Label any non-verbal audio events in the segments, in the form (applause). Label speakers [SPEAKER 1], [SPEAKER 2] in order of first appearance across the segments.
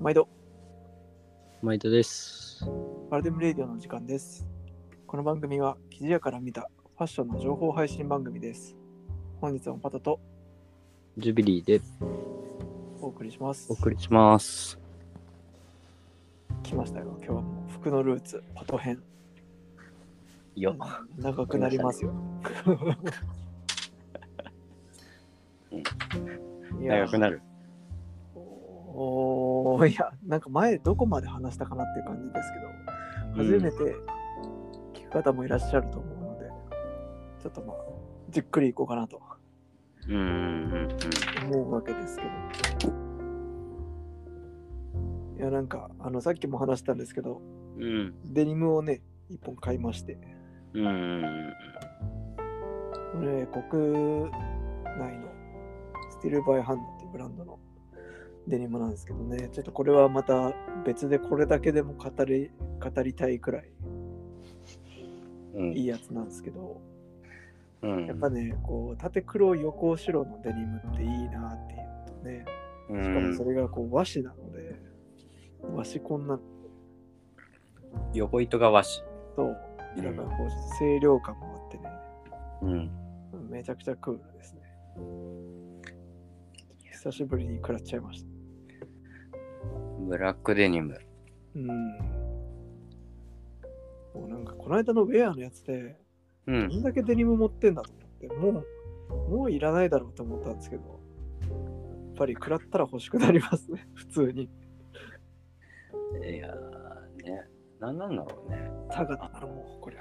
[SPEAKER 1] 毎度、
[SPEAKER 2] マイトです。
[SPEAKER 1] パラデムレディオの時間です。この番組は、記事屋から見たファッションの情報配信番組です。本日もパタと
[SPEAKER 2] ジュビリーで
[SPEAKER 1] お送りします
[SPEAKER 2] お。送りします。
[SPEAKER 1] 来ましたよ。今日はもう服のルーツ、パト編。
[SPEAKER 2] よ。
[SPEAKER 1] 長くなります
[SPEAKER 2] (laughs)
[SPEAKER 1] よ。いや
[SPEAKER 2] 長くなる。
[SPEAKER 1] おーいや、なんか前どこまで話したかなっていう感じですけど、初めて聞く方もいらっしゃると思うので、ちょっとまあ、じっくりいこうかなと
[SPEAKER 2] うんうんうん
[SPEAKER 1] 思うわけですけど。いや、なんか、あの、さっきも話したんですけど、
[SPEAKER 2] うん。
[SPEAKER 1] デニムをね、一本買いまして、
[SPEAKER 2] うんうんうん
[SPEAKER 1] これ、国内のスティルバイハンドっていうブランドのデニムなんですけどね、ちょっとこれはまた別でこれだけでも語り語りたいくらい
[SPEAKER 2] うん。
[SPEAKER 1] いいやつなんですけど、
[SPEAKER 2] うん。
[SPEAKER 1] やっぱね、こう、縦黒、横白のデニムっていいなっていうとね、
[SPEAKER 2] う
[SPEAKER 1] しかもそ
[SPEAKER 2] ん。
[SPEAKER 1] れがこう和紙なので、和紙こんな
[SPEAKER 2] 横糸が和
[SPEAKER 1] と、
[SPEAKER 2] 紙。
[SPEAKER 1] なんかこう清涼感もあってね、
[SPEAKER 2] うん。
[SPEAKER 1] めちゃくちゃクールですね。久しぶりに食らっちゃいました。
[SPEAKER 2] ブラックデニム。
[SPEAKER 1] うん。もうなんかこの間のウェアのやつで、
[SPEAKER 2] う
[SPEAKER 1] どん
[SPEAKER 2] ん。
[SPEAKER 1] だけデニム持ってんだと思って、もう、もういらないだろうと思ったんですけど、やっぱり食らったら欲しくなりますね、 (laughs) 普通に。
[SPEAKER 2] いやーね。なんなんだろうね。
[SPEAKER 1] たがだな、もうこりゃ。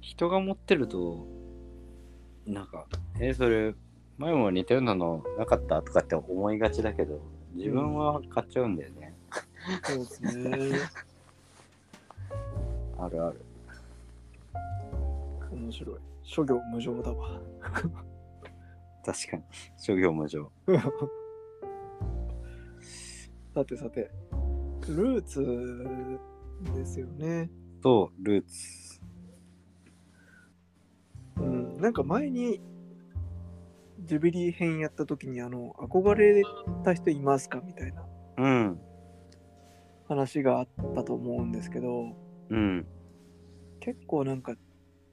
[SPEAKER 2] 人が持ってると、なんか、え、それ、前も似たようなのなかったとかって思いがちだけど、自分は買っちゃうんだよね。
[SPEAKER 1] そうですね。
[SPEAKER 2] あるある。
[SPEAKER 1] 面白い。諸行無常だわ。
[SPEAKER 2] 確かに。諸行無常。
[SPEAKER 1] (laughs) さてさて、ルーツですよね。
[SPEAKER 2] と、ルーツ。
[SPEAKER 1] うん、なんか前にジュビリー編やった時にあの憧れた人いますかみたいな
[SPEAKER 2] うん。
[SPEAKER 1] 話があったと思うんですけど
[SPEAKER 2] うん。
[SPEAKER 1] 結構なんか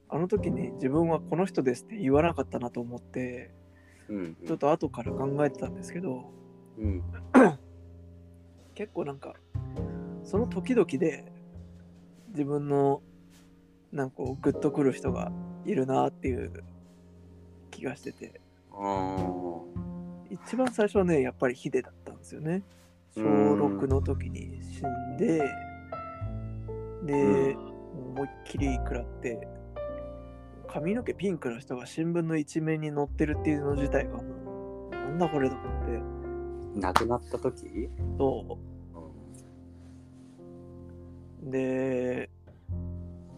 [SPEAKER 1] あの時に自分はこの人ですって言わなかったなと思って
[SPEAKER 2] うん。
[SPEAKER 1] ちょっと後から考えてたんですけど
[SPEAKER 2] うん。
[SPEAKER 1] 結構なんかその時々で自分のなんかこうグッとくる人がいるなっていう気がしてて
[SPEAKER 2] あー
[SPEAKER 1] 一番最初はねやっぱりヒデだったんですよね小
[SPEAKER 2] うん
[SPEAKER 1] 6の時に死んでで、
[SPEAKER 2] うん
[SPEAKER 1] 思いっきり食らって髪の毛ピンクの人が新聞の一面に載ってるっていうの自体がもうなんだこれと思って
[SPEAKER 2] 亡くなった時
[SPEAKER 1] そうで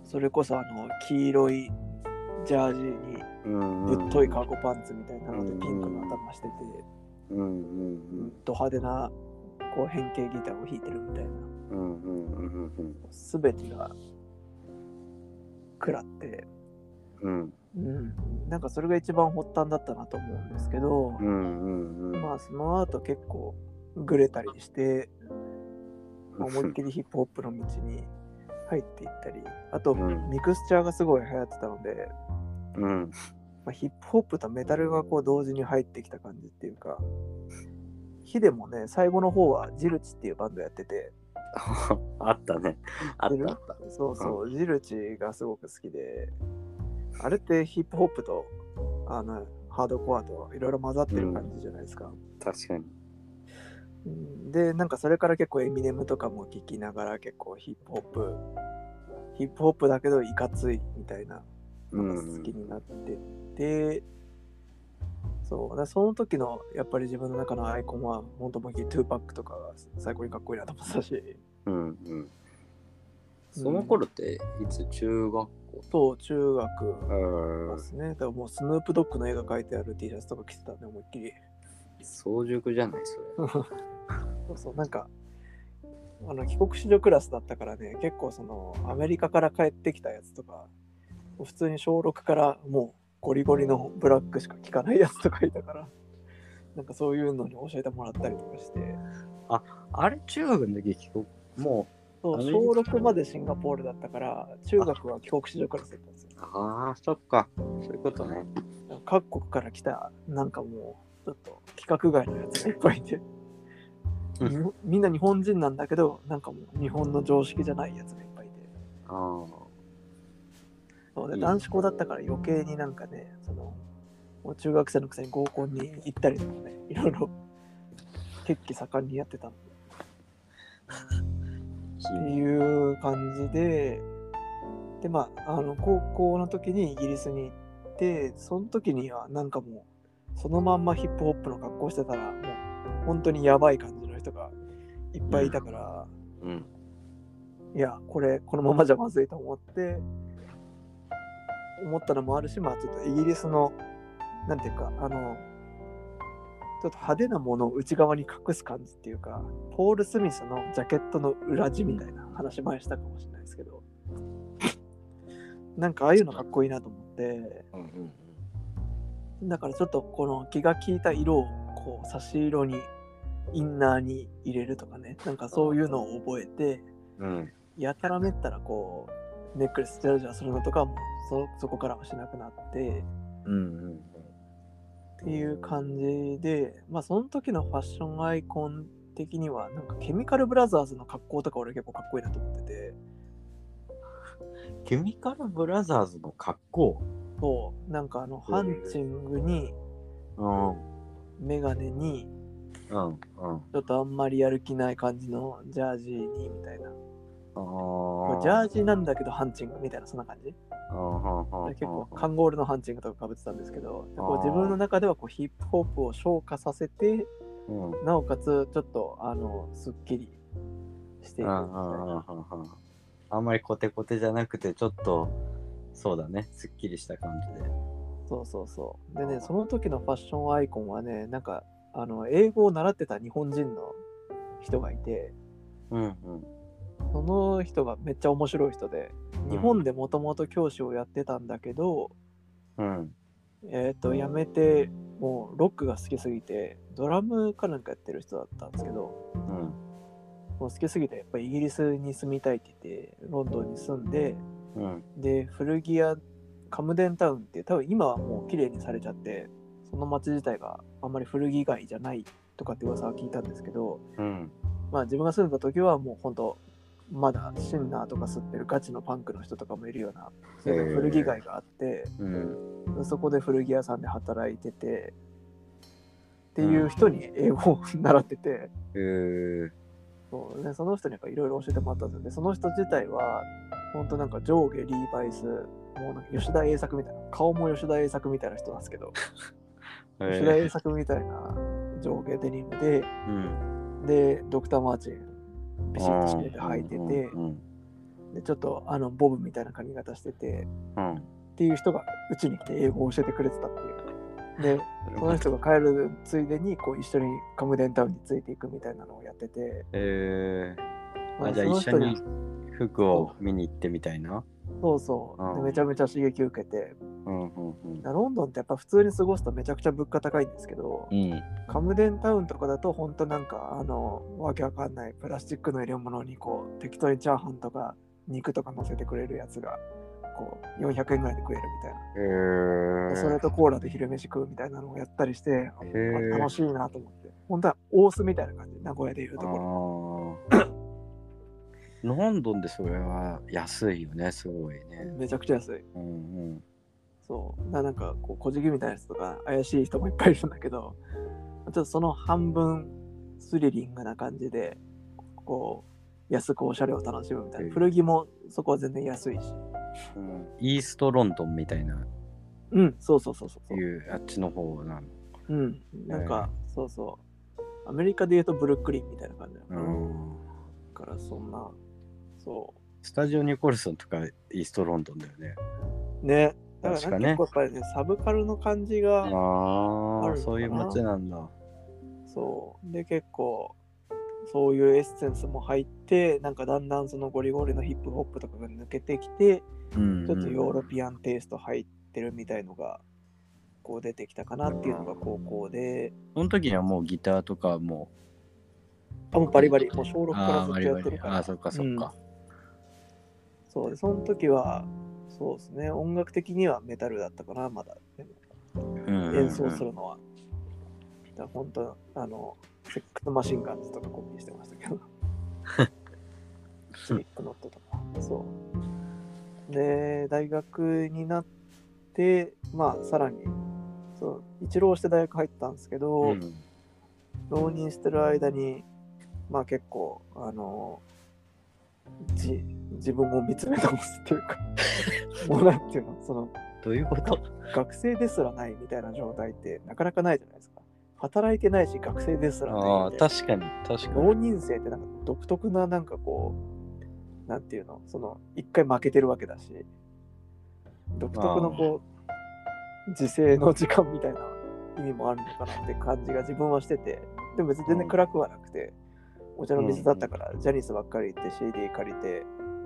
[SPEAKER 1] それこそあの黄色いジャージに
[SPEAKER 2] ん
[SPEAKER 1] ぶっといカーゴパンツみたいなので
[SPEAKER 2] うん
[SPEAKER 1] ピンクの頭してて、
[SPEAKER 2] うんうん
[SPEAKER 1] ド派手なこう変形ギターを弾いてるみたいな
[SPEAKER 2] うんうんうんうんうん
[SPEAKER 1] 全てが食らって、
[SPEAKER 2] うん
[SPEAKER 1] うん、なんかそれが一番発端だったなと思うんですけど、
[SPEAKER 2] うんうんうん
[SPEAKER 1] まあその後結構グレたりしてまあ思いっきりヒップホップの道に入っていったりあと
[SPEAKER 2] うん
[SPEAKER 1] ミクスチャーがすごい流行ってたので、
[SPEAKER 2] うん
[SPEAKER 1] まあ、ヒップホップとメタルがこう同時に入ってきた感じっていうかヒデもね最後の方はジルチっていうバンドやってて
[SPEAKER 2] あったねあったあった
[SPEAKER 1] そうそうジルチがすごく好きであれってヒップホップとあのハードコアといろいろ混ざってる感じじゃないですか、
[SPEAKER 2] 確かに
[SPEAKER 1] うんでなんかそれから結構エミネムとかも聞きながら結構ヒップホップヒップホップだけどいかついみたいな
[SPEAKER 2] う
[SPEAKER 1] の
[SPEAKER 2] ん
[SPEAKER 1] が好きになってて、そうだからその時のやっぱり自分の中のアイコンは本当もうトゥーパックとかが最高にかっこいいなと思ってたし
[SPEAKER 2] うんうんその頃っていつ中学校
[SPEAKER 1] と中学
[SPEAKER 2] う
[SPEAKER 1] ですね、だからもうスヌープドッグの絵が描いてある T シャツとか着てたんで思いっきり
[SPEAKER 2] 早熟じゃないそれ
[SPEAKER 1] そうそうなんかあの帰国子女クラスだったからね結構そのアメリカから帰ってきたやつとか普通に小6からもうゴリゴリのブラックしか着かないやつとかいたからなんかそういうのに教えてもらったりとかして、
[SPEAKER 2] あれ、中学の時帰国、も
[SPEAKER 1] そう
[SPEAKER 2] アメリカ
[SPEAKER 1] 小6までシンガポールだったから、中学は帰国子女からだったんですよ。
[SPEAKER 2] う、ああ、そっか、そういうことね。
[SPEAKER 1] 各国から来た、なんかもう、ちょっと規格外のやつがいっぱいいて、
[SPEAKER 2] うん
[SPEAKER 1] 日本みんな日本人なんだけど、なんかもう日本の常識じゃないやつがいっぱいいて、
[SPEAKER 2] ああ、
[SPEAKER 1] そう
[SPEAKER 2] う
[SPEAKER 1] で
[SPEAKER 2] ん
[SPEAKER 1] 男子校だったから余計になんかね、そのもう中学生のくせに合コンに行ったりとかね、いろいろ血気盛んにやってたのっていう感じで、で、まあ、あの、高校の時にイギリスに行って、その時にはなんかもう、そのまんまヒップホップの格好してたら、もう、本当にやばい感じの人がいっぱいいたから、
[SPEAKER 2] うん。
[SPEAKER 1] いや、これ、このままじゃまずいと思って、思ったのもあるし、まあ、ちょっとイギリスの、なんていうか、あの、ちょっと派手なものを内側に隠す感じっていうか、ポール・スミスのジャケットの裏地みたいな話前したかもしれないですけど、なんかああいうのかっこいいなと思って、
[SPEAKER 2] うんうん
[SPEAKER 1] だからちょっとこの気が利いた色をこう差し色に、インナーに入れるとかね、なんかそういうのを覚えて、
[SPEAKER 2] うん。うん。
[SPEAKER 1] やたらめったらこうネックレスジャラジャラするのとかはもうそそこからはしなくなって
[SPEAKER 2] うんうん
[SPEAKER 1] っていう感じでまあその時のファッションアイコン的にはなんかケミカルブラザーズの格好とか俺結構かっこいいなと思ってて
[SPEAKER 2] うん。ケミカルブラザーズの格好。
[SPEAKER 1] そうなんかあのハンチングに
[SPEAKER 2] うん。
[SPEAKER 1] メガネに
[SPEAKER 2] うん。うん。
[SPEAKER 1] ちょっとあんまりやる気ない感じのジャージにみたいな
[SPEAKER 2] ああ。
[SPEAKER 1] ジャージなんだけどハンチングみたいなそんな感じ
[SPEAKER 2] ああ
[SPEAKER 1] 結構カンゴールのハンチングとかかぶってたんですけどこう自分の中ではこうヒップホップを昇華させて
[SPEAKER 2] うん。
[SPEAKER 1] なおかつ、ちょっと、あの、すっきりしていくみたいな。
[SPEAKER 2] あんまりコテコテじゃなくてちょっとそうだねすっきりした感じで
[SPEAKER 1] そうそうそう。でね、その時のファッションアイコンはね、なんか、あの、英語を習ってた日本人の人がいて、
[SPEAKER 2] うんうん
[SPEAKER 1] その人がめっちゃ面白い人で、日本でもともと教師をやってたんだけど、
[SPEAKER 2] うん
[SPEAKER 1] えっ、と、辞めて、もうロックが好きすぎて、ドラムかなんかやってる人だったんですけど、
[SPEAKER 2] うん
[SPEAKER 1] もう好きすぎて、やっぱりイギリスに住みたいって言って、ロンドンに住んで、
[SPEAKER 2] うん
[SPEAKER 1] で古着屋カムデンタウンって多分今はもう綺麗にされちゃってその街自体があんまり古着街じゃないとかって噂は聞いたんですけど
[SPEAKER 2] うん
[SPEAKER 1] まあ自分が住んでた時はもう本当まだシンナーとか吸ってるガチのパンクの人とかもいるようなそういう古着街があって、
[SPEAKER 2] うん
[SPEAKER 1] そこで古着屋さんで働いててっていう人に英語を習ってて、
[SPEAKER 2] えー
[SPEAKER 1] そうね、その人にいろいろ教えてもらったんですよね。その人自体は、本当なんか上下リーバイス、もうなんか吉田栄作みたいな、顔も吉田栄作みたいな人なんですけど、吉田
[SPEAKER 2] え
[SPEAKER 1] 栄作みたいな上下デニムで、
[SPEAKER 2] うん
[SPEAKER 1] で、ドクター・マーチン、ビシッと締めて履いてて
[SPEAKER 2] う、ん
[SPEAKER 1] で、ちょっとあのボブみたいな髪型してて、
[SPEAKER 2] うん
[SPEAKER 1] っていう人がうちに来て英語を教えてくれてたって
[SPEAKER 2] (laughs)
[SPEAKER 1] いう。で、その人が帰るついでに、こう一緒にカムデンタウンについていくみたいなのをやってて、
[SPEAKER 2] えー、
[SPEAKER 1] ま
[SPEAKER 2] あじゃあ
[SPEAKER 1] その
[SPEAKER 2] 一
[SPEAKER 1] 人
[SPEAKER 2] 緒に服を見に行ってみたいな
[SPEAKER 1] そうそう。で
[SPEAKER 2] うん
[SPEAKER 1] めちゃめちゃ刺激受けて、
[SPEAKER 2] うんうんうん
[SPEAKER 1] ロンドンってやっぱ普通に過ごすとめちゃくちゃ物価高いんですけど、
[SPEAKER 2] うん
[SPEAKER 1] カムデンタウンとかだと本当なんかあのわけわかんないプラスチックの入れ物にこう適当にチャーハンとか肉とか乗せてくれるやつがこう400円ぐらいで食えるみたいな、
[SPEAKER 2] えー、
[SPEAKER 1] それとコーラで昼飯食うみたいなのをやったりして、あ
[SPEAKER 2] へー
[SPEAKER 1] 楽しいなと思って本当は大須みたいな感じ名古屋でいうところ
[SPEAKER 2] ああ。ロンドンでそれは安いよね、すごいね。
[SPEAKER 1] めちゃくちゃ安い
[SPEAKER 2] うんうん。
[SPEAKER 1] そうななんかこう小じみたいなやつとか怪しい人もいっぱいいるんだけどちょっとその半分スリリングな感じでこう安くおしゃれを楽しむみたい
[SPEAKER 2] え
[SPEAKER 1] な
[SPEAKER 2] え
[SPEAKER 1] 古着もそこは全然安いし
[SPEAKER 2] イーストロンドンみたいな、
[SPEAKER 1] うんそうそうそうそう
[SPEAKER 2] い
[SPEAKER 1] そう
[SPEAKER 2] うあっちの方なの。
[SPEAKER 1] うんなんか、そうそうアメリカで言うとブルックリンみたいな感じだ
[SPEAKER 2] うん。
[SPEAKER 1] からそんなそ
[SPEAKER 2] スタジオニコルソンとかイーストロンドンだよね。
[SPEAKER 1] うねだからな
[SPEAKER 2] 確か
[SPEAKER 1] ん
[SPEAKER 2] ね
[SPEAKER 1] か結構やっぱりねサブカルの感じが、あ
[SPEAKER 2] あ
[SPEAKER 1] るのか
[SPEAKER 2] あ、
[SPEAKER 1] な
[SPEAKER 2] そういう街なんだ。
[SPEAKER 1] そうで結構そういうエッセンスも入ってなんかだんだんそのゴリゴリのヒップホップとかが抜けてきて
[SPEAKER 2] うんうん
[SPEAKER 1] ちょっとヨーロピアンテイスト入ってるみたいのがこう出てきたかなっていうのが高校で、
[SPEAKER 2] その時にはもうギターとかも
[SPEAKER 1] あ、もうバリバリ、もう小
[SPEAKER 2] う、
[SPEAKER 1] 6から
[SPEAKER 2] あ
[SPEAKER 1] ず
[SPEAKER 2] ー
[SPEAKER 1] っ
[SPEAKER 2] バ
[SPEAKER 1] と
[SPEAKER 2] リ
[SPEAKER 1] や
[SPEAKER 2] バ
[SPEAKER 1] っとる
[SPEAKER 2] リ、
[SPEAKER 1] か
[SPEAKER 2] あー
[SPEAKER 1] ら、
[SPEAKER 2] そっかそっか。
[SPEAKER 1] そうで、その時は、そうですね、音楽的にはメタルだったかな、まだ。
[SPEAKER 2] うん
[SPEAKER 1] 演奏するのは。だから本当、あの、セックスマシンガンズとかコピーしてました
[SPEAKER 2] (laughs)
[SPEAKER 1] けど。スリップノットとか。そう。で、大学になって、まあ、さらに、そう、一浪して大学入ったんですけど、
[SPEAKER 2] うん
[SPEAKER 1] 浪人してる間に、まあ結構、あの、じ自分を見つめ直すっていう
[SPEAKER 2] (laughs)
[SPEAKER 1] か、もうなんていうの、その、
[SPEAKER 2] どういうこと
[SPEAKER 1] 学生ですらないみたいな状態ってなかなかないじゃないですか。働いてないし学生ですら
[SPEAKER 2] あ
[SPEAKER 1] ない
[SPEAKER 2] あ
[SPEAKER 1] み
[SPEAKER 2] ー、
[SPEAKER 1] たい
[SPEAKER 2] 確かに、確か
[SPEAKER 1] な。
[SPEAKER 2] に
[SPEAKER 1] 浪。人生ってなんか独特ななんかこう、なんていうの、その一回負けてるわけだし、独特のこう、自制の時間みたいな意味もあるのかなって感じが自分はしてて、でも別に全然暗くはなくて、お茶の水だったから、ジャニスばっかり行って CD 借りて、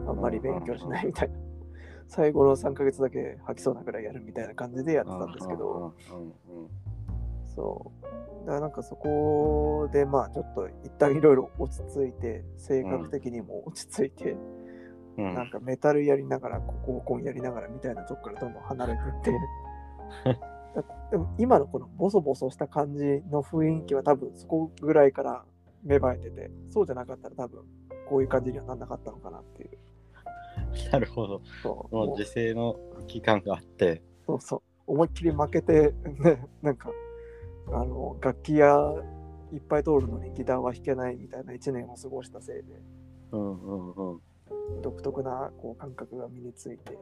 [SPEAKER 1] あんまり勉強しないみたいな。最後の3ヶ月だけ吐きそうなくらいやるみたいな感じでやってたんですけど、
[SPEAKER 2] うんうんうん
[SPEAKER 1] そう。だからなんかそこでまあちょっと一旦いろいろ落ち着いて性格的にも落ち着いて、
[SPEAKER 2] うん
[SPEAKER 1] なんかメタルやりながらこう合コンやりながらみたいなとこからどんどん離れてってだでも今のこのボソボソした感じの雰囲気は多分そこぐらいから芽生えててそうじゃなかったら多分こういう感じにはなんなかったのかなっていう
[SPEAKER 2] なるほど。
[SPEAKER 1] そう
[SPEAKER 2] も
[SPEAKER 1] も
[SPEAKER 2] う
[SPEAKER 1] う
[SPEAKER 2] 自制の期間があって。
[SPEAKER 1] そうそう思いっきり負けて、ね、なんかあの楽器屋いっぱい通るのにギターは弾けないみたいな1年を過ごしたせいで
[SPEAKER 2] うんうんうん。
[SPEAKER 1] 独特なこう感覚が身について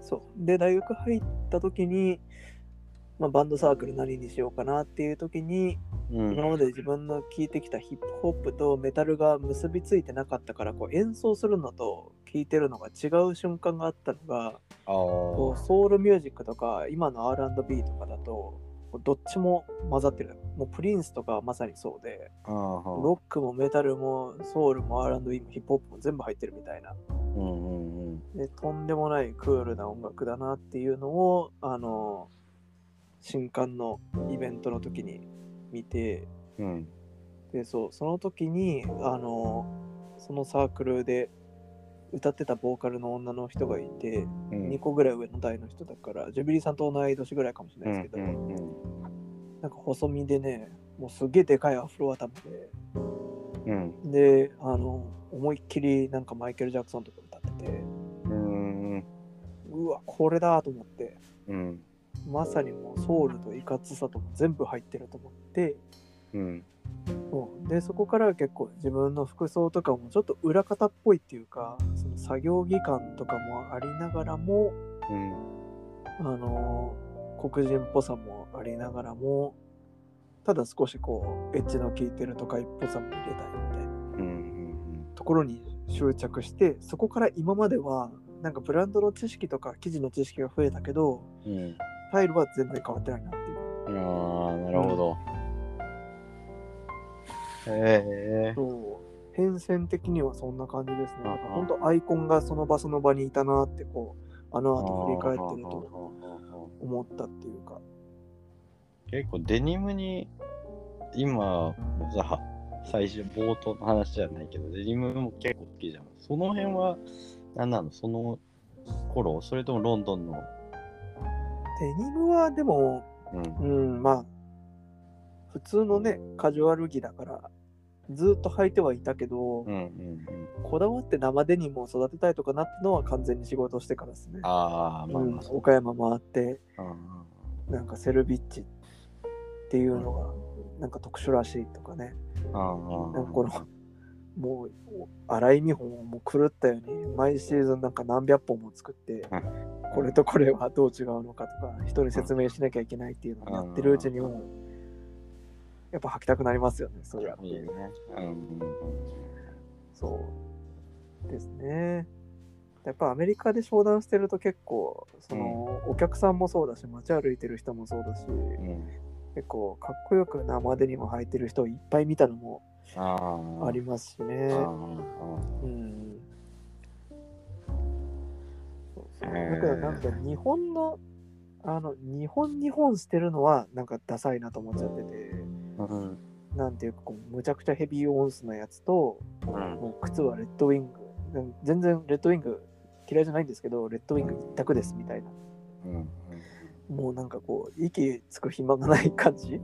[SPEAKER 1] そうで大学入った時に、まあ、バンドサークル何にしようかなっていう時に
[SPEAKER 2] うん
[SPEAKER 1] 今まで自分の聴いてきたヒップホップとメタルが結びついてなかったからこう演奏するのと聴いてるのが違う瞬間があったのが
[SPEAKER 2] ああ。
[SPEAKER 1] こうソウルミュージックとか今の R&B とかだとこうどっちも混ざってるもうプリンスとかはまさにそうで
[SPEAKER 2] ああ。
[SPEAKER 1] ロックもメタルもソウルも R&B もヒップホップも全部入ってるみたいな
[SPEAKER 2] うんうんうん。
[SPEAKER 1] でとんでもないクールな音楽だなっていうのをあの新刊のイベントの時に見て
[SPEAKER 2] うん。
[SPEAKER 1] でそうその時にあのそのサークルで歌ってたボーカルの女の人がいて
[SPEAKER 2] うん
[SPEAKER 1] 2個ぐらい上の代の人だからジュビリーさんと同い年ぐらいかもしれ
[SPEAKER 2] う
[SPEAKER 1] ないで
[SPEAKER 2] ん
[SPEAKER 1] すけど、
[SPEAKER 2] うんうん
[SPEAKER 1] なんか細身でねもうすげえでかいアフロ頭
[SPEAKER 2] うん
[SPEAKER 1] でであの思いっきりなんかマイケル・ジャクソンとか歌ってて
[SPEAKER 2] うん
[SPEAKER 1] うわこれだと思って
[SPEAKER 2] うん
[SPEAKER 1] まさにもうソウルといかつさと全部入ってると思って
[SPEAKER 2] うん
[SPEAKER 1] そうでそこからは結構自分の服装とかもちょっと裏方っぽいっていうかその作業着感とかもありながらも
[SPEAKER 2] うん
[SPEAKER 1] あのー黒人っぽさもありながらもただ少しこうエッジの効いてる都会っぽさも入れたいみたいな
[SPEAKER 2] うんうん
[SPEAKER 1] ところに執着してそこから今まではなんかブランドの知識とか記事の知識が増えたけど
[SPEAKER 2] うん
[SPEAKER 1] スタイルは全然変わってないなっていう
[SPEAKER 2] うんああなるほどへえ
[SPEAKER 1] そう変遷的にはそんな感じですね
[SPEAKER 2] ああ
[SPEAKER 1] 本当アイコンがその場その場にいたなってこうあの後振り返ってると
[SPEAKER 2] と
[SPEAKER 1] 思ったっていうか
[SPEAKER 2] 結構デニムに今もさ最初冒頭の話じゃないけどデニムも結構好きじゃんその辺は何なのその頃それともロンドンの
[SPEAKER 1] デニムはでも
[SPEAKER 2] うん
[SPEAKER 1] うんまあ普通のねカジュアル着だからずっと履いてはいたけど、
[SPEAKER 2] うんうんうん
[SPEAKER 1] こだわって生デニムを育てたいとかなったのは完全に仕事してからですね、
[SPEAKER 2] ああまあ
[SPEAKER 1] うん
[SPEAKER 2] まあ、そう
[SPEAKER 1] 岡山回って
[SPEAKER 2] か
[SPEAKER 1] なんかセルビッチっていうのがなんか特殊らしいとかね、
[SPEAKER 2] ああ
[SPEAKER 1] なんかこのもう荒井美穂ももう狂ったように毎シーズンなんか何百本も作って
[SPEAKER 2] うん
[SPEAKER 1] これとこれはどう違うのかとか人に説明しなきゃいけないっていうのをやってるうちにもうやっぱ履きたくなりますよねそ
[SPEAKER 2] そう
[SPEAKER 1] れ
[SPEAKER 2] だ
[SPEAKER 1] は
[SPEAKER 2] ね。うん
[SPEAKER 1] そうですねやっぱアメリカで商談してると結構そのお客さんもそうだし街歩いてる人もそうだし
[SPEAKER 2] うん
[SPEAKER 1] 結構かっこよく生デニム履いてる人をいっぱい見たのも
[SPEAKER 2] ああ
[SPEAKER 1] ありますしね
[SPEAKER 2] ああ
[SPEAKER 1] うんそうそう
[SPEAKER 2] えー
[SPEAKER 1] だからなんか日本のあの日本日本捨てるのはなんかダサいなと思っちゃってて
[SPEAKER 2] うん。
[SPEAKER 1] なんていうかこうむちゃくちゃヘビーオンスのやつと
[SPEAKER 2] うん。
[SPEAKER 1] もう靴はレッドウィングうん全然レッドウィング嫌いじゃないんですけどレッドウィング一択ですみたいな
[SPEAKER 2] うん。
[SPEAKER 1] もうなんかこう息つく暇がない感じ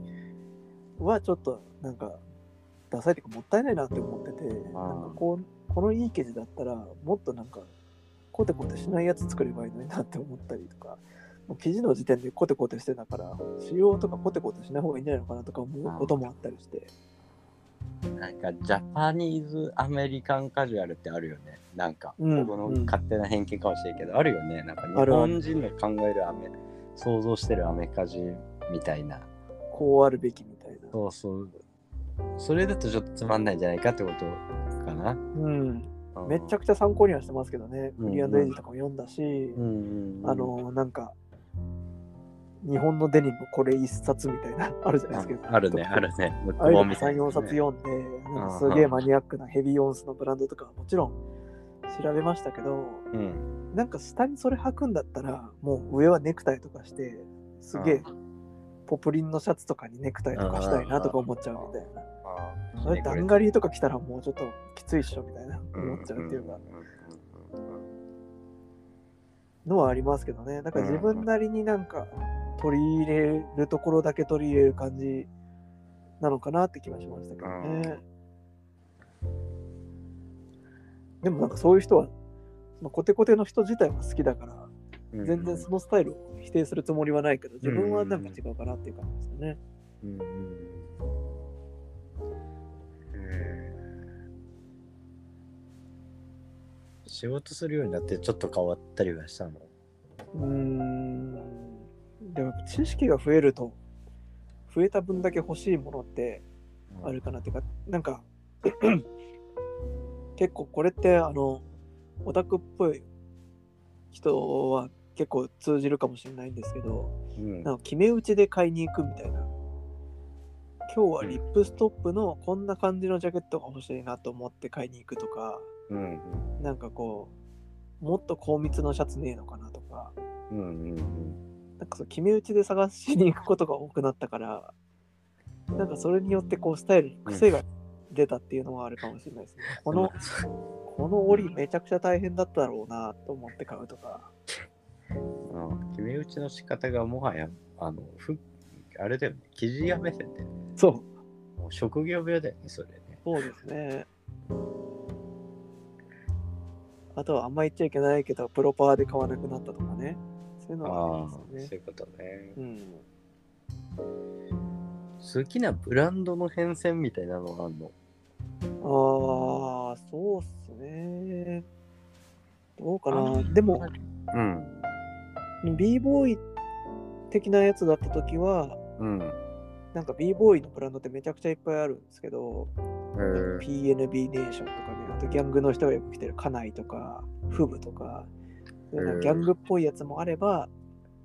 [SPEAKER 1] はちょっとなんかダサいというかもったいないなって思っててなん
[SPEAKER 2] あー
[SPEAKER 1] かこうこのいい生地だったらもっとなんかコテコテしないやつ作ればいいのになって思ったりとかもう生地の時点でコテコテしてたから仕様とかコテコテしない方がいいんじゃないのかなとか思うこともあったりして
[SPEAKER 2] なんかジャパニーズアメリカンカジュアルってあるよね。なんか、
[SPEAKER 1] うん
[SPEAKER 2] 僕の
[SPEAKER 1] うん
[SPEAKER 2] 勝手な偏見かもしれんけど、あるよね。なんか日
[SPEAKER 1] あるあ
[SPEAKER 2] 本人の考えるアメ、想像してるアメカジみたいな。
[SPEAKER 1] こうあるべきみたいな
[SPEAKER 2] そうそう。それだとちょっとつまんないんじゃないかってことかな。
[SPEAKER 1] うん
[SPEAKER 2] うん
[SPEAKER 1] めっちゃくちゃ参考にはしてますけどね、
[SPEAKER 2] うん
[SPEAKER 1] フリーアンドエイジとかも読んだし、
[SPEAKER 2] うんうん、
[SPEAKER 1] あ、のなんか日本のデニムこれ一冊みたいな (laughs) あるじゃない
[SPEAKER 2] あ
[SPEAKER 1] ですか
[SPEAKER 2] あるね、あるね。
[SPEAKER 1] ああいうの
[SPEAKER 2] ぶ
[SPEAKER 1] も
[SPEAKER 2] っ
[SPEAKER 1] 34
[SPEAKER 2] 込み
[SPEAKER 1] 四冊
[SPEAKER 2] ね
[SPEAKER 1] 読んで、なんかすげえマニアックなヘビーオンスのブランドとかはもちろん調べましたけど
[SPEAKER 2] うん。
[SPEAKER 1] なんか下にそれ履くんだったらもう上はネクタイとかしてすげえポプリンのシャツとかにネクタイとかしたいなとか思っちゃうみたいなそれダンガ
[SPEAKER 2] リ
[SPEAKER 1] リーとか着たらもうちょっときついっしょみたいな思っちゃうっていうかのはありますけどね。だから自分なりになんか取り入れるところだけ取り入れる感じなのかなって気がしましたけどね。でもなんかそういう人は、そのコテコテの人自体は好きだから、全然そのスタイルを否定するつもりはないけど、自分はなんか違うかなっていう感じですよね。
[SPEAKER 2] うん仕事するようになってちょっと変わったりはしたの
[SPEAKER 1] うーん。でもやっぱ知識が増えると、増えた分だけ欲しいものって、あるかなっていうか、なんか、 (clears throat) 結構これって、あの、オタクっぽい人は結構通じるかもしれないんですけど、
[SPEAKER 2] うん
[SPEAKER 1] なんか決め打ちで買いに行くみたいな。今日はリップストップのこんな感じのジャケットが欲しいなと思って買いに行くとか、
[SPEAKER 2] うん
[SPEAKER 1] なんかこう、もっと高密のシャツねえのかなとか、
[SPEAKER 2] うんうん
[SPEAKER 1] なんかそう決め打ちで探しに行くことが多くなったから、なんかそれによってこうスタイルに癖が出たっていうのはあるかもしれないですね。この、この折めちゃくちゃ大変だったろうなと思って買うとか。
[SPEAKER 2] うん決め打ちの仕方がもはやあのふあれだよね生地屋目線で
[SPEAKER 1] そう。
[SPEAKER 2] もう職業病だよねそれね
[SPEAKER 1] そうですね。あとはあんま言っちゃいけないけど、プロパーで買わなくなったとかね。そういうのはあり
[SPEAKER 2] ああ
[SPEAKER 1] ます
[SPEAKER 2] そ
[SPEAKER 1] よ
[SPEAKER 2] う
[SPEAKER 1] ね。
[SPEAKER 2] いうことね
[SPEAKER 1] うん。
[SPEAKER 2] 好きなブランドの変遷みたいなのあんの
[SPEAKER 1] ああ、そうっすね。どうかな。でも、
[SPEAKER 2] うん。
[SPEAKER 1] b ボーイ的なやつだった時は
[SPEAKER 2] うん。
[SPEAKER 1] なんか b ボーイのブランドってめちゃくちゃいっぱいあるんですけど、
[SPEAKER 2] え
[SPEAKER 1] PNB ネーションとかねあとギャングの人がよく着てる家内とかフブとかそういうなんかギャングっぽいやつもあれば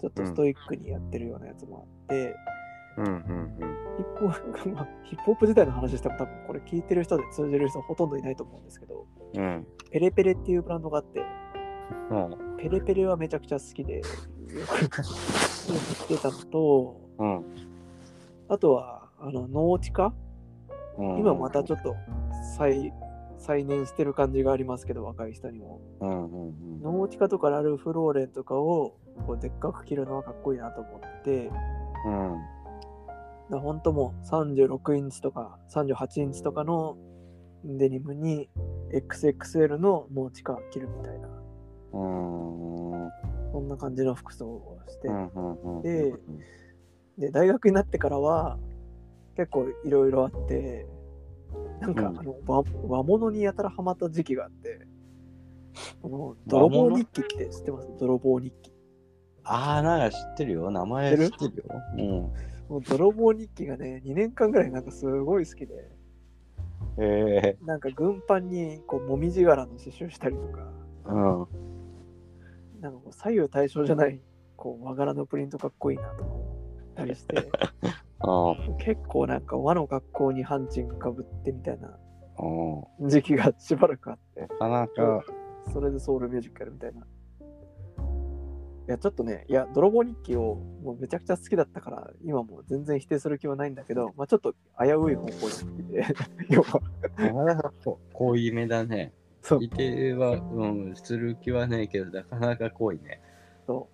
[SPEAKER 1] ちょっとストイックにやってるようなやつもあって、
[SPEAKER 2] うんうん
[SPEAKER 1] ヒップホップまあヒップホップ自体の話しても多分これ聞いてる人で通じる人ほとんどいないと思うんですけど
[SPEAKER 2] うん。うん。
[SPEAKER 1] ペレペレっていうブランドがあって
[SPEAKER 2] うん。
[SPEAKER 1] ペレペレはめちゃくちゃ好きでよく (laughs) よく着てたのと
[SPEAKER 2] うん。
[SPEAKER 1] あとは、あの、農地化今またちょっと再、再燃してる感じがありますけど、若い人にも。
[SPEAKER 2] うんうんうん。
[SPEAKER 1] 農地化とかラルフローレンとかを、こう、でっかく着るのはかっこいいなと思って、
[SPEAKER 2] うん。
[SPEAKER 1] だ本当もう36インチとか38インチとかのデニムに XXL の農地化着るみたいな、
[SPEAKER 2] うん。
[SPEAKER 1] そんな感じの服装をして、
[SPEAKER 2] うん。
[SPEAKER 1] でで大学になってからは結構いろいろあってなんか、
[SPEAKER 2] うん
[SPEAKER 1] あの和和物にやたらハマった時期があってあの泥棒日記って知ってます泥棒日記
[SPEAKER 2] ああ、なんか知ってるよ。名前知ってるよ。
[SPEAKER 1] もう泥棒日記がね2年間ぐらいなんかすごい好きで
[SPEAKER 2] うん。ええ。
[SPEAKER 1] なんか軍パンにこうもみじ柄の刺繍したりとか
[SPEAKER 2] うん。
[SPEAKER 1] なんかこう左右対称じゃないこう和柄のプリントかっこいいなとか思ったりして
[SPEAKER 2] (laughs) あ
[SPEAKER 1] 結構なんか和の学校にハンチングかぶってみたいな
[SPEAKER 2] あ。うん。
[SPEAKER 1] 時期がしばらくあって
[SPEAKER 2] なかなか。
[SPEAKER 1] それでソウルミュージックやるみたいな。いや、ちょっとね、いや、泥棒日記をもうめちゃくちゃ好きだったから、今もう全然否定する気はないんだけど、まあ、ちょっと危うい方向に好きで、 (laughs) 要は、
[SPEAKER 2] なかなかこう濃いめだね。
[SPEAKER 1] そう
[SPEAKER 2] 否定は、うん、する気はねえけど、なかなか濃いね。。
[SPEAKER 1] そ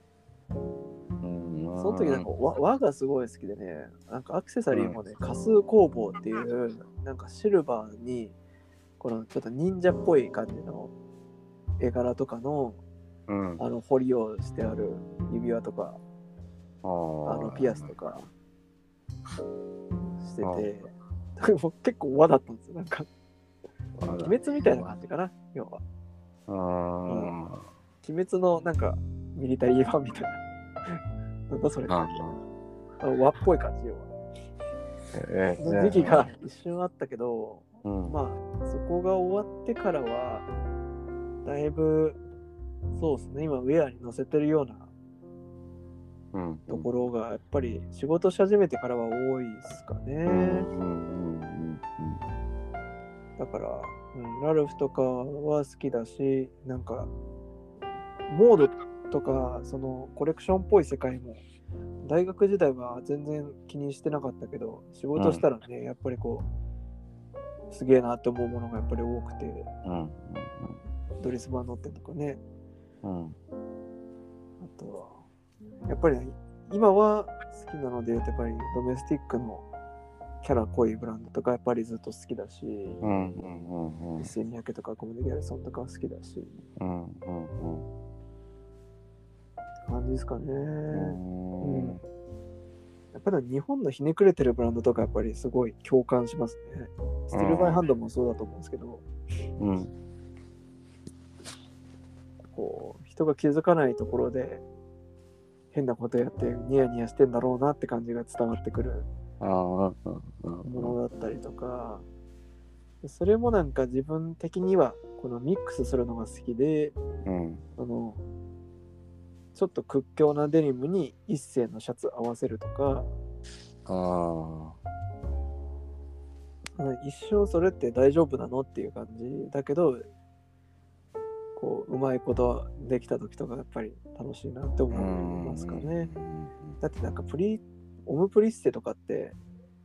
[SPEAKER 1] う
[SPEAKER 2] ん、
[SPEAKER 1] その時なんか和和がすごい好きでね、なんかアクセサリーもね、仮数工房っていう、なんかシルバーに、このちょっと忍者っぽい感じの絵柄とかの、
[SPEAKER 2] うん、あ
[SPEAKER 1] あの、彫りをしてある指輪とか、あの
[SPEAKER 2] の
[SPEAKER 1] ピアスとかしてて、だから (laughs) もう結構和だったんですよ。なんか、鬼滅みたいな感じかな、要は。
[SPEAKER 2] あー
[SPEAKER 1] 鬼滅のなんかミリタリー版みたいな。 (laughs) なんだそれ
[SPEAKER 2] あ
[SPEAKER 1] あの和っぽい感じよ。
[SPEAKER 2] ー。
[SPEAKER 1] の時期が一瞬あったけど、
[SPEAKER 2] うん、
[SPEAKER 1] まあそこが終わってからは、だいぶ、そうですね、今ウェアに載せてるような
[SPEAKER 2] うん、
[SPEAKER 1] ところが、やっぱり仕事し始めてからは多いですかね。
[SPEAKER 2] うんうんうん
[SPEAKER 1] だから、うん、ラルフとかは好きだし、なんか、モードとか、そのコレクションっぽい世界も、大学時代は全然気にしてなかったけど、仕事したらね、やっぱりこう、すげえなって思うものがやっぱり多くて、
[SPEAKER 2] うん
[SPEAKER 1] ドリスバンドってとかね、
[SPEAKER 2] うんうん
[SPEAKER 1] あとは、やっぱり、ね、今は好きなので、やっぱりドメスティックのキャラ濃いブランドとか、やっぱりずっと好きだし、
[SPEAKER 2] うんうんうんうんうんうんうんうん
[SPEAKER 1] 一世三宅とかコムデ・ギャルソンとかは好きだし、感じですかね。
[SPEAKER 2] うんうん
[SPEAKER 1] やっぱり日本のひねくれてるブランドとかやっぱりすごい共感しますね。スティルバイハンドもそうだと思うんですけど、
[SPEAKER 2] うん
[SPEAKER 1] こう人が気づかないところで変なことやってニヤニヤしてんだろうなって感じが伝わってくる
[SPEAKER 2] あーうんうんうん
[SPEAKER 1] ものだったりとか、それもなんか自分的にはこのミックスするのが好きで、
[SPEAKER 2] うん
[SPEAKER 1] あのちょっと屈強なデニムに一世のシャツ合わせるとか、
[SPEAKER 2] あー
[SPEAKER 1] うん一生それって大丈夫なのっていう感じだけどこううまいことできた時とかやっぱり楽しいなって思いますかね。だってなんかプリオムプリッセとかって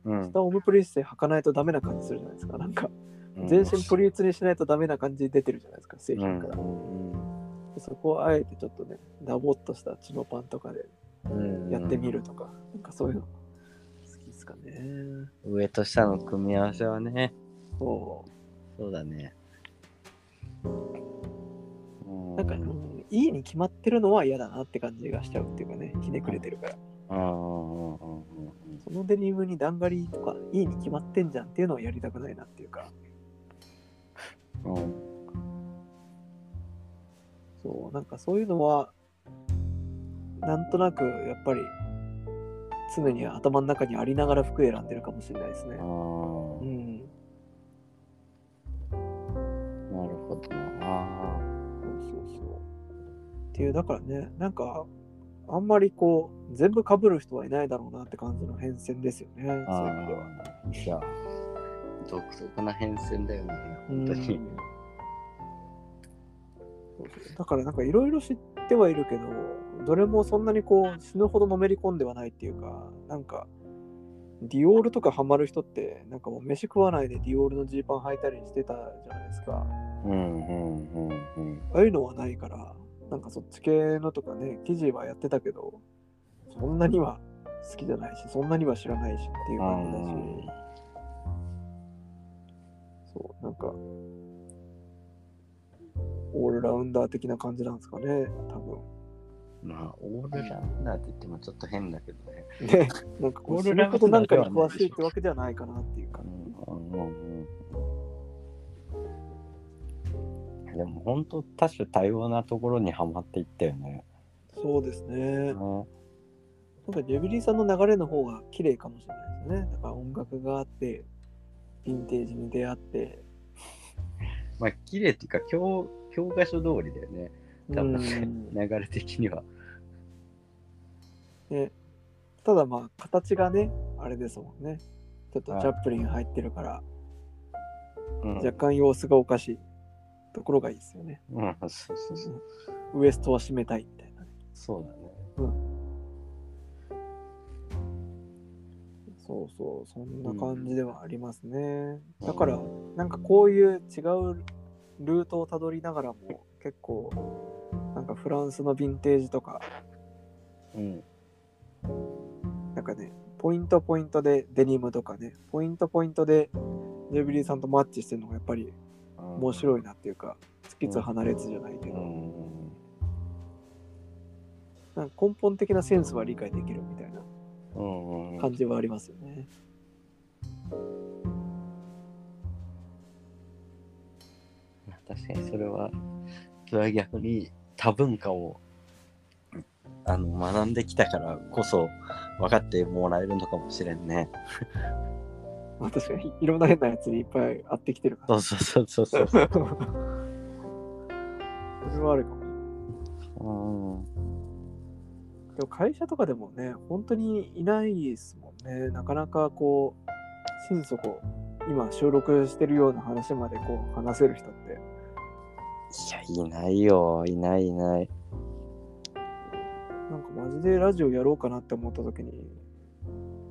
[SPEAKER 2] うん
[SPEAKER 1] 下オムプリッセ履かないとダメな感じするじゃないですかなんか
[SPEAKER 2] うん
[SPEAKER 1] 全身プリーツにしないとダメな感じ出てるじゃないですか製
[SPEAKER 2] う
[SPEAKER 1] 品
[SPEAKER 2] ん
[SPEAKER 1] から、そこをあえてちょっとねダボっとしたチノパンとかで
[SPEAKER 2] うん
[SPEAKER 1] やってみるとか、なんかそういうの好きですかね
[SPEAKER 2] 上と下の組み合わせはね
[SPEAKER 1] そ
[SPEAKER 2] そうだね
[SPEAKER 1] うなんか、うんいいに決まってるのは嫌だなって感じがしちゃうっていうかねひねくれてるから
[SPEAKER 2] あーうんうんうんうん
[SPEAKER 1] そのデニムにダンガリとかいいに決まってんじゃんっていうのをやりたくないなっていうか、
[SPEAKER 2] うん
[SPEAKER 1] そう、なんかそういうのは、なんとなくやっぱり常に頭の中にありながら服選んでるかもしれないですね
[SPEAKER 2] あ。ー
[SPEAKER 1] うん。
[SPEAKER 2] なるほどな
[SPEAKER 1] そうそうそう。っていう、だからね、なんか、あんまりこう、全部被る人はいないだろうなって感じの変遷ですよね。そういう意味
[SPEAKER 2] あ
[SPEAKER 1] では。
[SPEAKER 2] あ、いや、独特な変遷だよね、本当
[SPEAKER 1] う
[SPEAKER 2] に。
[SPEAKER 1] んそうそうだからなんかいろいろ知ってはいるけどどれもそんなにこう死ぬほどのめり込んではないっていうかなんかディオールとかハマる人ってなんかもう飯食わないでディオールのジーパン履いたりしてたじゃないですか
[SPEAKER 2] うんうんうんうん。
[SPEAKER 1] ああいうのはないからなんかそっち系のとかね記事はやってたけどそんなには好きじゃないしそんなには知らないしっていう感じだし、そう、なんか、オールラウンダー的な感じなんですかね、多
[SPEAKER 2] まあ、オールラウンダーって言ってもちょっと変だけどね。
[SPEAKER 1] 分。ね、なんかこ
[SPEAKER 2] オ
[SPEAKER 1] う、
[SPEAKER 2] ー
[SPEAKER 1] そ
[SPEAKER 2] ル
[SPEAKER 1] の
[SPEAKER 2] ラウンダ
[SPEAKER 1] こ
[SPEAKER 2] ーで
[SPEAKER 1] と
[SPEAKER 2] はな
[SPEAKER 1] ないんかに詳しいってわけではないかなっていうか
[SPEAKER 2] う。んうんうん。でも本当多種多様なところにはまっていったよね。
[SPEAKER 1] そうですね。なんか
[SPEAKER 2] うん
[SPEAKER 1] ジュビリーさんの流れの方が綺麗かもしれないですね。だから音楽があって、ヴィンテージに出会って、
[SPEAKER 2] まあ綺麗っていうか教教科書通りだよね。多分ね
[SPEAKER 1] うん
[SPEAKER 2] 流れ的には。
[SPEAKER 1] ねただまあ、形がね、あれですもんね。ちょっとチャップリン入ってるから、
[SPEAKER 2] うん
[SPEAKER 1] 若干様子がおかしいところがいいですよね。
[SPEAKER 2] うん、そうそうそう。
[SPEAKER 1] ウエストは締めたいみたいなね。
[SPEAKER 2] そうだね。
[SPEAKER 1] そうそう、そんな感じではありますね。だから、なんかこういう違うルートをたどりながらも、結構、なんかフランスのヴィンテージとか、
[SPEAKER 2] うん。
[SPEAKER 1] なんかね、ポイントポイントでデニムとかね、ポイントポイントでジュビリーさんとマッチしてるのがやっぱり面
[SPEAKER 2] い。
[SPEAKER 1] 白いなっていうか、つきつ離れつじゃないけ
[SPEAKER 2] う
[SPEAKER 1] ど、
[SPEAKER 2] ん。
[SPEAKER 1] なんか根本的なセンスは理解できるみたいな
[SPEAKER 2] うん。
[SPEAKER 1] 感じはありますよね。
[SPEAKER 2] 確かにそれは、それは逆に多文化をあの学んできたからこそ分かってもらえるのかもしれんね。
[SPEAKER 1] まあ確かにいろんな変なやつにいっぱい会ってきてるから。
[SPEAKER 2] そうそうそうそうそう。
[SPEAKER 1] それはあるかも。
[SPEAKER 2] うん
[SPEAKER 1] でも会社とかでもね、本当にいないですもんね。なかなかこう、心底、今収録してるような話までこう話せる人って。
[SPEAKER 2] いや、いないよ。いないいない。
[SPEAKER 1] なんかマジでラジオやろうかなって思った時に、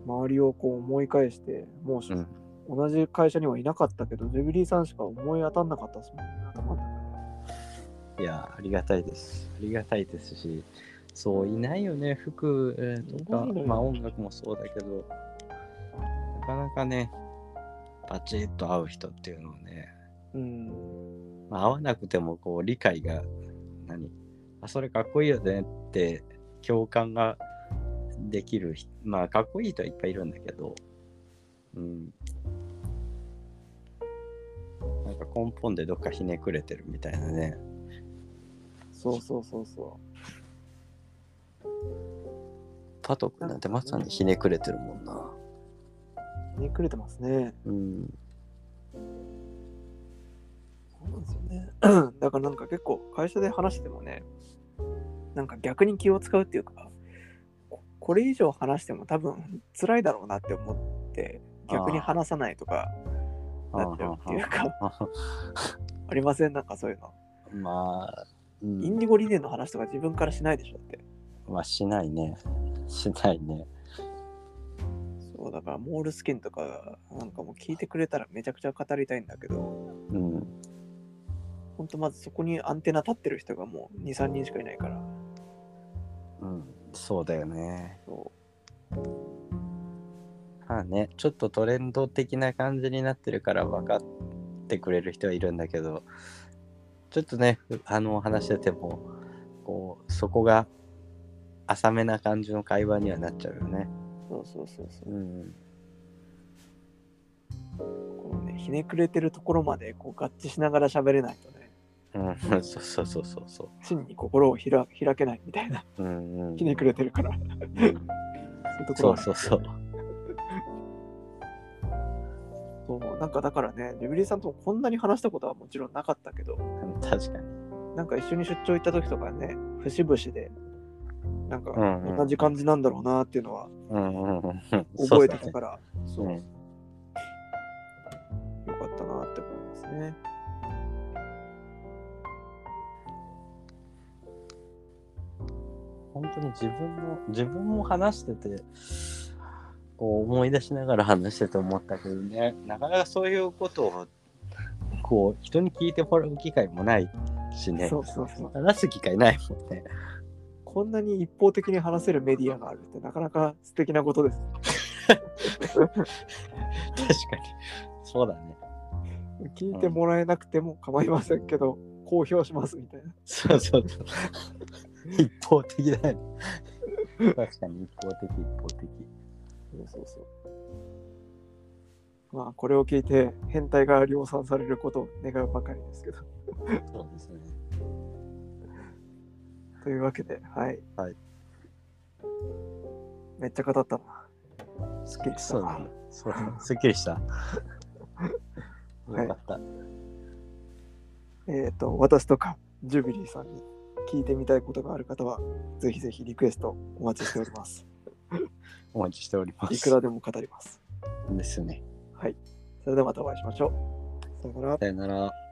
[SPEAKER 1] 周りをこう思い返して、もうし、
[SPEAKER 2] うん
[SPEAKER 1] 同じ会社にはいなかったけど、ジュビリーさんしか思い当たんなかったですもんね。頭の中で
[SPEAKER 2] いや、ありがたいです。ありがたいですし、そう、いないよね。服えーと
[SPEAKER 1] いな
[SPEAKER 2] か
[SPEAKER 1] いの、よ
[SPEAKER 2] まあ音楽もそうだけど、なかなかね、パチッと合う人っていうのをね、
[SPEAKER 1] うん。
[SPEAKER 2] まあ、合わなくてもこう理解が何あそれかっこいいよねって共感ができる人まあかっこいい人はいっぱいいるんだけどうんなんか根本でどっかひねくれてるみたいなね
[SPEAKER 1] そうそうそうそ
[SPEAKER 2] パト君なんてまさにひねくれてるもんな
[SPEAKER 1] う。ひねくれてますね。
[SPEAKER 2] うん
[SPEAKER 1] そうなんですよね。 (clears throat) だからなんか結構会社で話してもね、なんか逆に気を使うっていうか、ここれ以上話しても多分辛いだろうなって思って、逆に話さないとかなっちゃうっていうか、
[SPEAKER 2] あー
[SPEAKER 1] ありませんなんかそういうの。
[SPEAKER 2] (laughs) まあ、う
[SPEAKER 1] イン
[SPEAKER 2] ん、
[SPEAKER 1] ディゴ理念の話とか自分からしないでしょって。
[SPEAKER 2] まあしないねしないね
[SPEAKER 1] そうだからモールスキンとかなんかもう聞いてくれたらめちゃくちゃ語りたいんだけど、
[SPEAKER 2] うん
[SPEAKER 1] ほんとまずそこにアンテナ立ってる人がもう2、3人しかいないから。
[SPEAKER 2] うんそうだよね
[SPEAKER 1] そう
[SPEAKER 2] まあね、ちょっとトレンド的な感じになってるから分かってくれる人はいるんだけど、ちょっとね、ふあの話してても、こう、そこが浅めな感じの会話にはなっちゃうよね。
[SPEAKER 1] そうそうそうそう。
[SPEAKER 2] うん。
[SPEAKER 1] こうね、ひねくれてるところまでこう合致しながら喋れないとね、
[SPEAKER 2] うん、そうそうそうそうそ
[SPEAKER 1] 真に心をひら開けないみたいな、
[SPEAKER 2] う。うん、うん。
[SPEAKER 1] ひねくれてるから。
[SPEAKER 2] うん
[SPEAKER 1] そ
[SPEAKER 2] そう
[SPEAKER 1] いうところ
[SPEAKER 2] そうそう。
[SPEAKER 1] そうなんかだからね、ジュビリーさんともこんなに話したことはもちろんなかったけど、
[SPEAKER 2] 確かに。
[SPEAKER 1] なんか一緒に出張行った時とかね、節々で、なんか
[SPEAKER 2] うんうん
[SPEAKER 1] 同じ感じなんだろうなっていうのは
[SPEAKER 2] うんうんうんうん。
[SPEAKER 1] 覚えてきたから、
[SPEAKER 2] そうだね。
[SPEAKER 1] よかったなって思いますね。
[SPEAKER 2] 本当に自分も自分も話しててこう思い出しながら (laughs) 話してて思ったけどねなかなかそういうことをこう人に聞いてもらう機会もないしね
[SPEAKER 1] そうそうそう。
[SPEAKER 2] 話す機会ないもんね (laughs)
[SPEAKER 1] こんなに一方的に話せるメディアがあるってなかなか素敵なことです。
[SPEAKER 2] 確かにそうだね
[SPEAKER 1] 聞いてもらえなくても構いませんけど、公表しますみたいな。
[SPEAKER 2] そうそう
[SPEAKER 1] (laughs)
[SPEAKER 2] そう一方的だよね確かに一方的一方的
[SPEAKER 1] そうそうそう。まあ、これを聞いて、変態が量産されることを願うばかりですけど。 (laughs)
[SPEAKER 2] そうですね
[SPEAKER 1] というわけで、はい。
[SPEAKER 2] はい
[SPEAKER 1] めっちゃ語ったな。
[SPEAKER 2] すっきりした
[SPEAKER 1] そうだね
[SPEAKER 2] そうすっきりしたよ
[SPEAKER 1] はい
[SPEAKER 2] かった、
[SPEAKER 1] えっ、と、私とか、ジュビリーさんに聞いてみたいことがある方は、ぜひぜひリクエストお待ちしております。
[SPEAKER 2] お待ちしております
[SPEAKER 1] いくらでも語ります。
[SPEAKER 2] ですね
[SPEAKER 1] はい。それではまたお会いしましょう。さよなら。
[SPEAKER 2] さよなら